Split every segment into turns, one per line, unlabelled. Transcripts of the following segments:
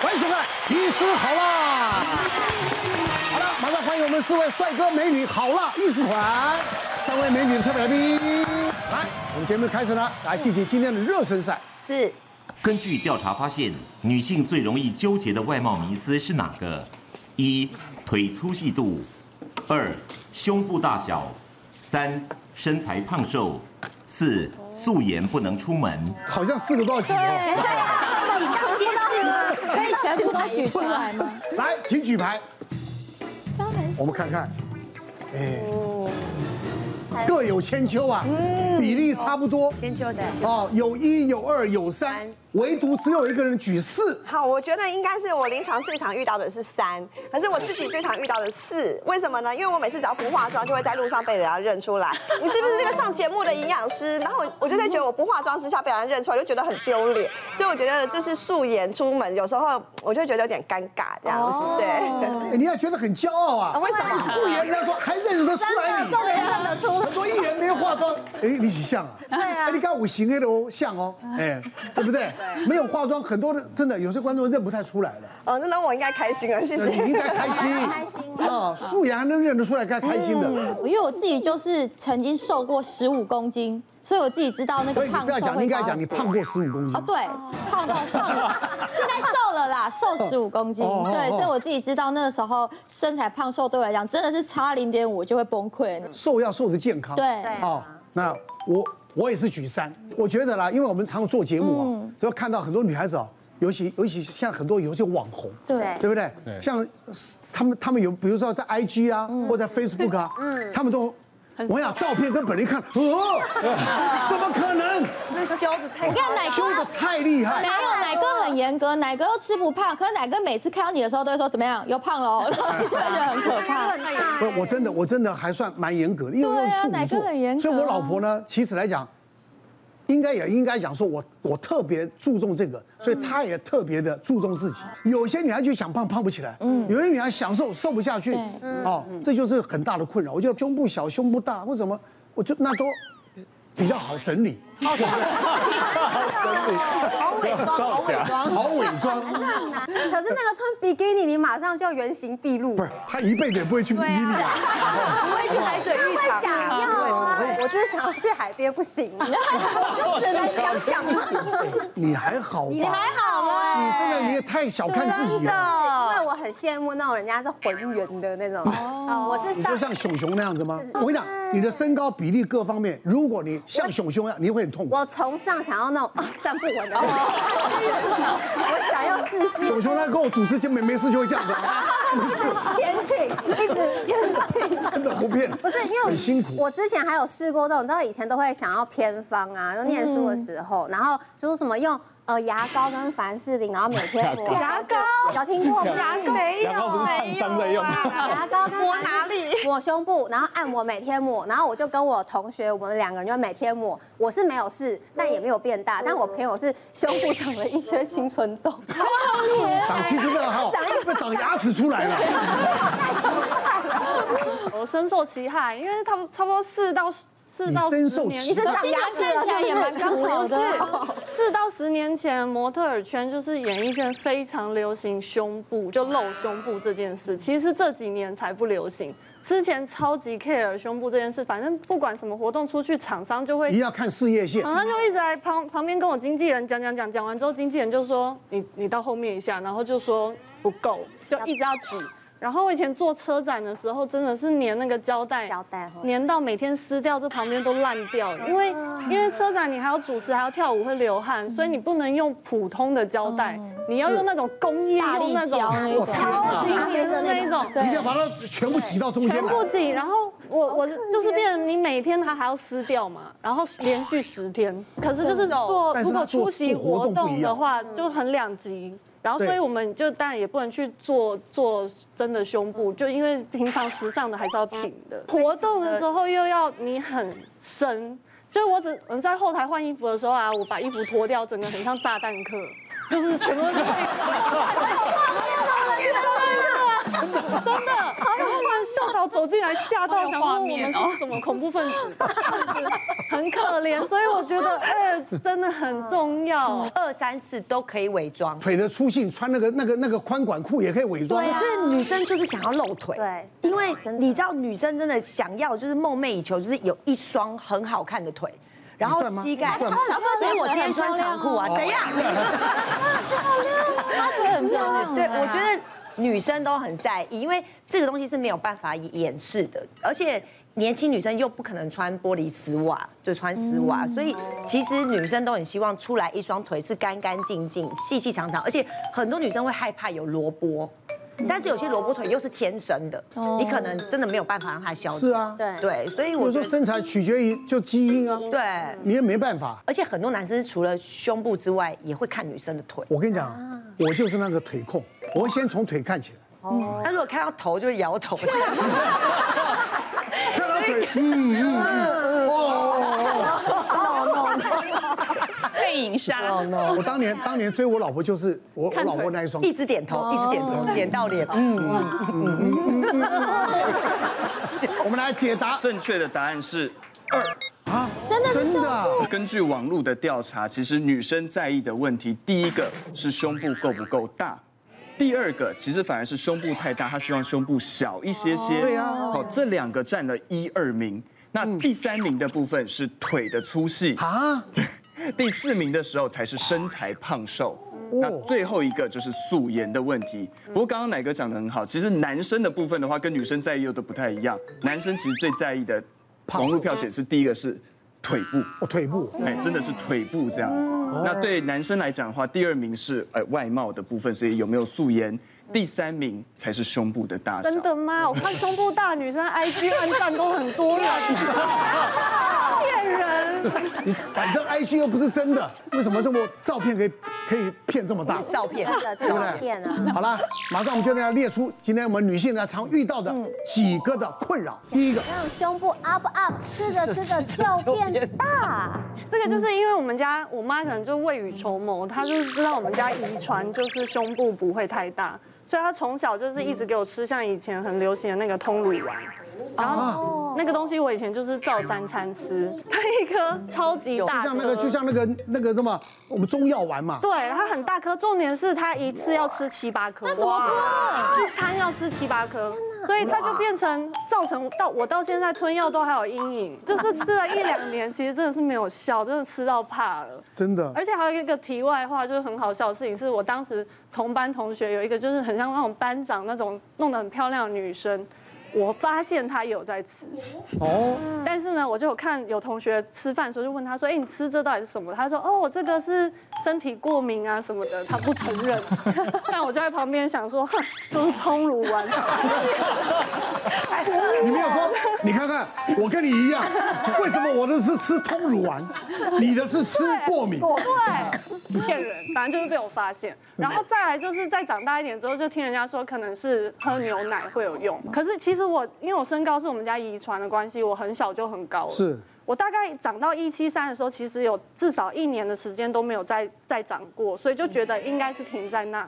快收看《医师好辣》。好了，马上欢迎我们四位帅哥美女好辣艺术团，三位美女的特别来宾。来，我们节目开始了，来进行今天的热身赛。
是
根据调查发现，女性最容易纠结的外貌迷思是哪个？一、腿粗细度；二、胸部大小；三、身材胖瘦；四、素颜不能出门。
好像四个都要举哦。
可以全部都举出来吗？
来，请举牌。哎我们看看，哎，各有千秋啊，比例差不多。
先纠结。
哦，有一有二有三，唯独只有一个人举四。
好，我觉得应该是我临床最常遇到的是三，可是我自己最常遇到的是四，为什么呢？因为我每次只要不化妆，就会在路上被人家认出来。你是不是那个上节目的营养师？然后我我就在觉得我不化妆之下被人家认出来，就觉得很丢脸。所以我觉得就是素颜出门，有时候我就会觉得有点尴尬这样子。
哦
对，
哎你要觉得很骄傲啊
啊？为什么
你素颜，人家说还认得出来你。
没认得出来
很。多艺人没有化妆，哎，你是像啊？对啊。你看我型 A 的哦，像哦，哎，对不对？没有化妆，很多的真的有些观众认不太出来了。
哦，那那我应该开心了，谢谢。
你应该开心，
开心嗯
啊，素颜还能认得出来，该开心的。
因为我自己就是曾经瘦过十五公斤，所以我自己知道那
所
个
以你
胖
不要
瘦
讲，你
会
应该
高
讲你胖过十五公斤
哦，。对，胖胖胖了，现在瘦了啦，瘦十五公斤，
哦哦哦
对，所以我自己知道那个时候身材胖瘦对我来讲真的是差零点五就会崩溃，
瘦要瘦的健康。
对
哦，那我我也是举三，我觉得啦，因为我们常做节目啊、
嗯
就看到很多女孩子哦，尤其尤其像很多有些网红，
对
对不对？像他们他们有，比如说在 IG 啊，
嗯
或者在 Facebook 啊，他们都。我想照片跟本人一看，哦，怎么可能？
我跟奶
修的
哥。
太厉害
没，有，奶哥很严格，奶哥又吃不胖，可是奶哥每次看到你的时候都会说怎么样，又胖了哦， 然后就觉得很可怕。
不，我真的我真的还算蛮严格的，因为我是处
对啊
女
奶哥
座，
很严格啊
所以我老婆呢，其实来讲，应该也应该讲说我我特别注重这个，所
嗯
以她也特别的注重自己。有些女孩就想胖胖不起来，嗯，有些女孩想瘦瘦不下去
对，嗯
哦，这就是很大的困扰。我觉得胸部小、胸部大或什么，我就那都比较好整 理。好伪装，
可是那个穿比基尼，你马上就原形毕露
不，是她一辈子也不会去比你啊。
不会去海水浴
想
场啊。
要啊！我就是想要去海边，不行，我就只能想想嘛，
哎你还好吧？你
还好啦，
啊
真的你也太小看自己了。
因为我很羡慕那种人家是浑圆的 那种，我是
你
上
说像熊熊那样子吗？我跟你讲，
嗯
你的身高比例各方面，如果你像熊熊那样，你会很痛苦。
我哦崇尚想要那种啊站不稳的，
哦
我想要试试
熊熊他跟我主持节目没事就会这样子啊，
前倾，一直前倾。
真的不骗。
不是因为我
很辛苦。
我之前还有试过那种，你知道以前都会想要偏方啊，就念书
嗯
的时候，然后就是什么用呃牙膏跟凡士林，然后每天抹
牙膏
有听过吗？
牙膏没有，
牙膏不是烫伤在用
没有啊
牙膏跟
抹哪里？
抹胸部，然后按摩，每天抹。然后我就跟我同学，我们两个人就每天抹。我是没有事，但也没有变
嗯
大。但我朋友是胸部长了一些青春痘，
哦
长青春痘哈，会不会长牙齿出来了？
我深受其害，因为他们差不多四到四
你
到
深
十
受
年，
其害
可是牙看起来也蛮苦恼的。啊
四到十年前，模特儿圈就是演艺圈非常流行胸部，就露胸部这件事，其实是这几年才不流行。之前超级 care 胸部这件事，反正不管什么活动出去，厂商就会
一定要看事业线。
然后他就一直在旁旁边跟我经纪人讲讲讲，讲完之后经纪人就说你你到后面一下，然后就说不够，就一直要挤。然后我以前做车展的时候，真的是粘那个胶带，
胶带哦
粘到每天撕掉，这旁边都烂掉
嗯
了。因为因为车展你还要主持，还要跳舞，会流
嗯
汗，所以你不能用普通的胶带，你要用那种工业
大力
用那种
胶那一种
超级粘的那一种。
一定要把它全部挤到中间
全
来。
部挤，然后我我就是变成你每天它还要撕掉嘛，然后连续十天，可是就是做
但是
如
它
果
做
出席
做活
活
动不一
动
样
的话
嗯
就很两极，然后
对
所以我们就当然也不能去做做真的胸部，
嗯
就因为平常时尚的还是要挺
啊
的，活动的时候又要你很深。就是我只我在后台换衣服的时候啊，我把衣服脱掉，整个很像炸弹客，就是全部都是。真的，然后突然秀导走走进来，吓
好
到
有
想
画
说我
面
们
哦
是什么恐怖分子， 很可怜。所以我觉得二真的很重要。
二三四都可以伪装。
腿的粗细，穿那个那个那个宽管裤也可以伪装
可。是女生就是想要露腿，
对，
因为你知道女生真的想要就是梦寐以求，就是有一双很好看的腿，然后
算吗
膝盖。哦
算吗
小凤
所
姐
以我今天穿长裤啊，怎样？
啊
她腿很漂亮。
对，我觉得女生都很在意，因为这个东西是没有办法掩饰的，而且年轻女生又不可能穿玻璃丝袜，就穿丝袜，所以其实女生都很希望出来一双腿是干干净净、细细长长，而且很多女生会害怕有萝卜。但是有些萝卜腿又是天生的，你可能真的没有办法让它消失。
是啊
对
对，所以
我
我
说
说
身材取决于就基因啊，
对，
你也没办法。
而且很多男生除了胸部之外，也会看女生的腿。
我跟你
啊
讲，我就是那个腿控，我会先从腿看起来，
那如果看到头，就会摇头。
哎
看到腿，嗯嗯嗯，哦哦
背影杀，
哦
嗯
哦，我当年当年追我老婆就是我我老婆那一双
一直点头，一直点头，点到脸。嗯，
我们来解答
正确的答案是
啊，
真的是
真的啊，
根据网络的调查，其实女生在意的问题，第一个是胸部够不够大。第二个其实反而是胸部太大，她希望胸部小一些些。
对啊嗯
好，这两个占了一二名。那第三名的部分是腿的粗细，
啊，
第四名的时候才是身材胖瘦。那最后一个就是素颜的问题。不过刚刚奶哥讲的很好，其实男生的部分的话，跟女生在意又都不太一样。男生其实最在意的
胖
网络票选是第一个是腿部，
我腿部
哎，真的是腿部这样子。那对男生来讲的话，第二名是呃外貌的部分，所以有没有素颜？第三名才是胸部的大小。
真的吗？我看胸部大女生 IG 按赞都很 多人，骗人。
你反正 IG 又不是真的，为什么这么照片可以可以骗这么大？
照片。
这个这
对不
种
对
片啊，
好了，马上我们就要列出今天我们女性呢常遇到的
嗯
几个的困扰。第一个，
让胸部 up up，吃着吃着就变 大。
这个就是因为我们家我妈可能就未雨绸缪，她就是知道我们家遗传就是胸部不会太大，所以她从小就是一直给我吃像以前很流行的那个通乳丸，
哦
然后那个东西我以前就是照三餐吃，它一颗超级大，
像那个嗯就。像那个那个什么，我们中药丸嘛，
对，它很大颗，重点是它一次要吃七八颗，那怎么一餐要吃七八颗，所以它就变成造成到我到现在吞药都还有阴影，就是吃了一两年，其实真的是没有效，真的吃到怕了。
真的
而且还有一个题外话，就是很好笑的事情，是我当时同班同学有一个就是很像那种班长那种弄得很漂亮的女生，我发现她有在吃，
哦，
但是呢，我就有看有同学吃饭的时候就问他说：“哎、你吃这到底是什么？”他说：“哦，我这个是身体过敏啊什么的。”他不承 认，但我就在旁边想说，哼，就是通乳丸。
你没有说，你看看我跟你一样，为什么我的是吃通乳丸，你的是吃过敏？
对，骗人，反正就是被我发现。然后再来就是再长大一点之后，就听人家说可能是喝牛奶会有用。可是其实我因为我身高是我们家遗传的关系，我很小就很高了。
是。
我大概长到一七三的时候，其实有至少一年的时间都没有再再长过，所以就觉得应该是停在那。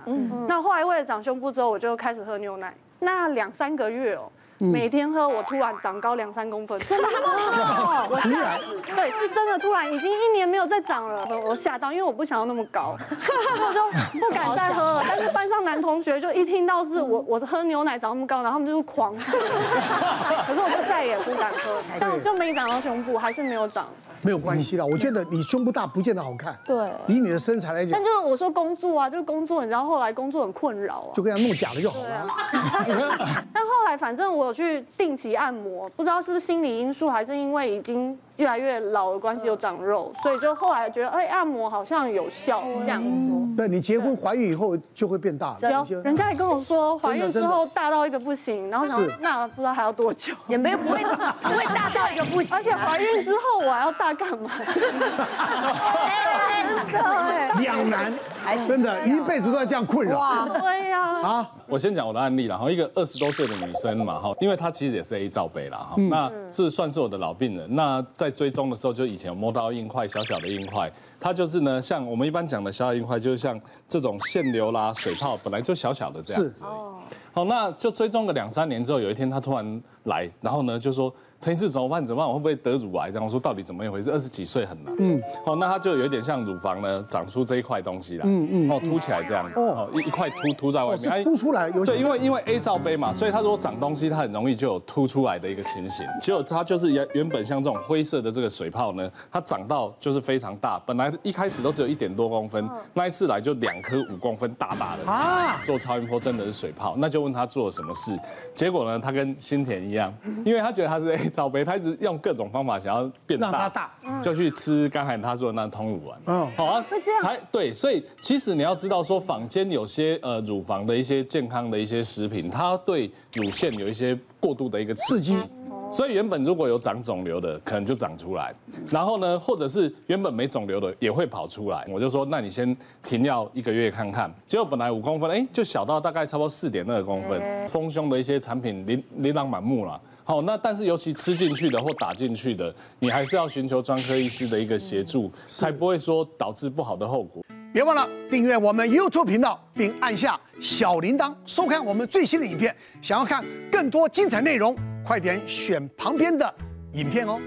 那后来为了长胸部之后，我就开始喝牛奶，那两三个月哦。每天喝，我突然长高两三公分，真的吗？我吓死，对，是真的，突然已经一年没有再长了，我吓到，因为我不想要那么高，我就不敢再喝了。但是班上男同学就一听到是我我喝牛奶长那么高，然后他们就是狂吐， 可是我就再也不敢喝，但我就没长到胸部，还是没有长。
没有关系啦，我觉得你胸部大不见得好看。
对
以你的身材来讲
但，就是我说工作啊，就是工作，你知道后来工作很困扰啊
就。跟他弄假的就好了。
但后来反正我有去定期按摩，不知道是不是心理因素，还是因为已经越来越老的关系有长肉，所以就后来觉得哎、按摩好像有效这样子。
对，你结婚怀孕以后就会变大了。
有人家也跟我说，怀孕
真
之
的
后大到一个不行，然后想说
是
那不知道还要多久，
也没有不会不会大到一个不行、
而且怀孕之后我还要大干嘛？
哎
两难，真的，一辈子都在这样困扰
对呀、
啊。
我先讲我的案例啦，哈，一个二十多岁的女生嘛，哈，因为她其实也是 A 罩杯啦，哈、那是算是我的老病人。那在追踪的时候，就以前有摸到硬块，小小的硬块，它就是呢，像我们一般讲的小小硬块，就是像这种腺瘤啦、水泡，本来就小小的这样子而已。好、好，那就追踪个两三年之后，有一天他突然来，然后呢就说陈医师怎么办？怎么办？我会不会得乳癌？然后我说到底怎么一回事？二十几岁很难。嗯，好，那他就有一点像乳房呢长出这一块东西来，嗯嗯，哦凸起来这样子，哦一一块凸凸在外
哦是
面，哎
凸出来有
对，
点
因为因为 A 罩杯嘛，所以它如果长东西，它很容易就有凸出来的一个情形。结果它就是原原本像这种灰色的这个水泡呢，它长到就是非常大，本来一开始都只有一点多公分，那一次来就两颗五公分大大的
啊
啊，做超音波真的是水泡，那就问他做了什么事，结果呢，他跟新田一样，因为他觉得他是 A 罩杯，他一直用各种方法想要变大，
让它大
就去吃刚才他说的那通乳丸，
嗯
嗯，好啊，才对，所以其实你要知道说，坊间有些呃乳房的一些健康的一些食品，它对乳腺有一些过度的一个刺激。所以原本如果有长肿瘤的，可能就长出来，然后呢，或者是原本没肿瘤的也会跑出来。我就说，那你先停药一个月看看。结果本来五公分，哎，就小到大概差不多四点二公分。丰胸的一些产品琳琳琅满目了。好，那但是尤其吃进去的或打进去的，你还是要寻求专科医师的一个协助，才不会说导致不好的后果。
别忘了订阅我们 YouTube 频道，并按下小铃铛，收看我们最新的影片。想要看更多精彩内容，快点选旁边的影片哦。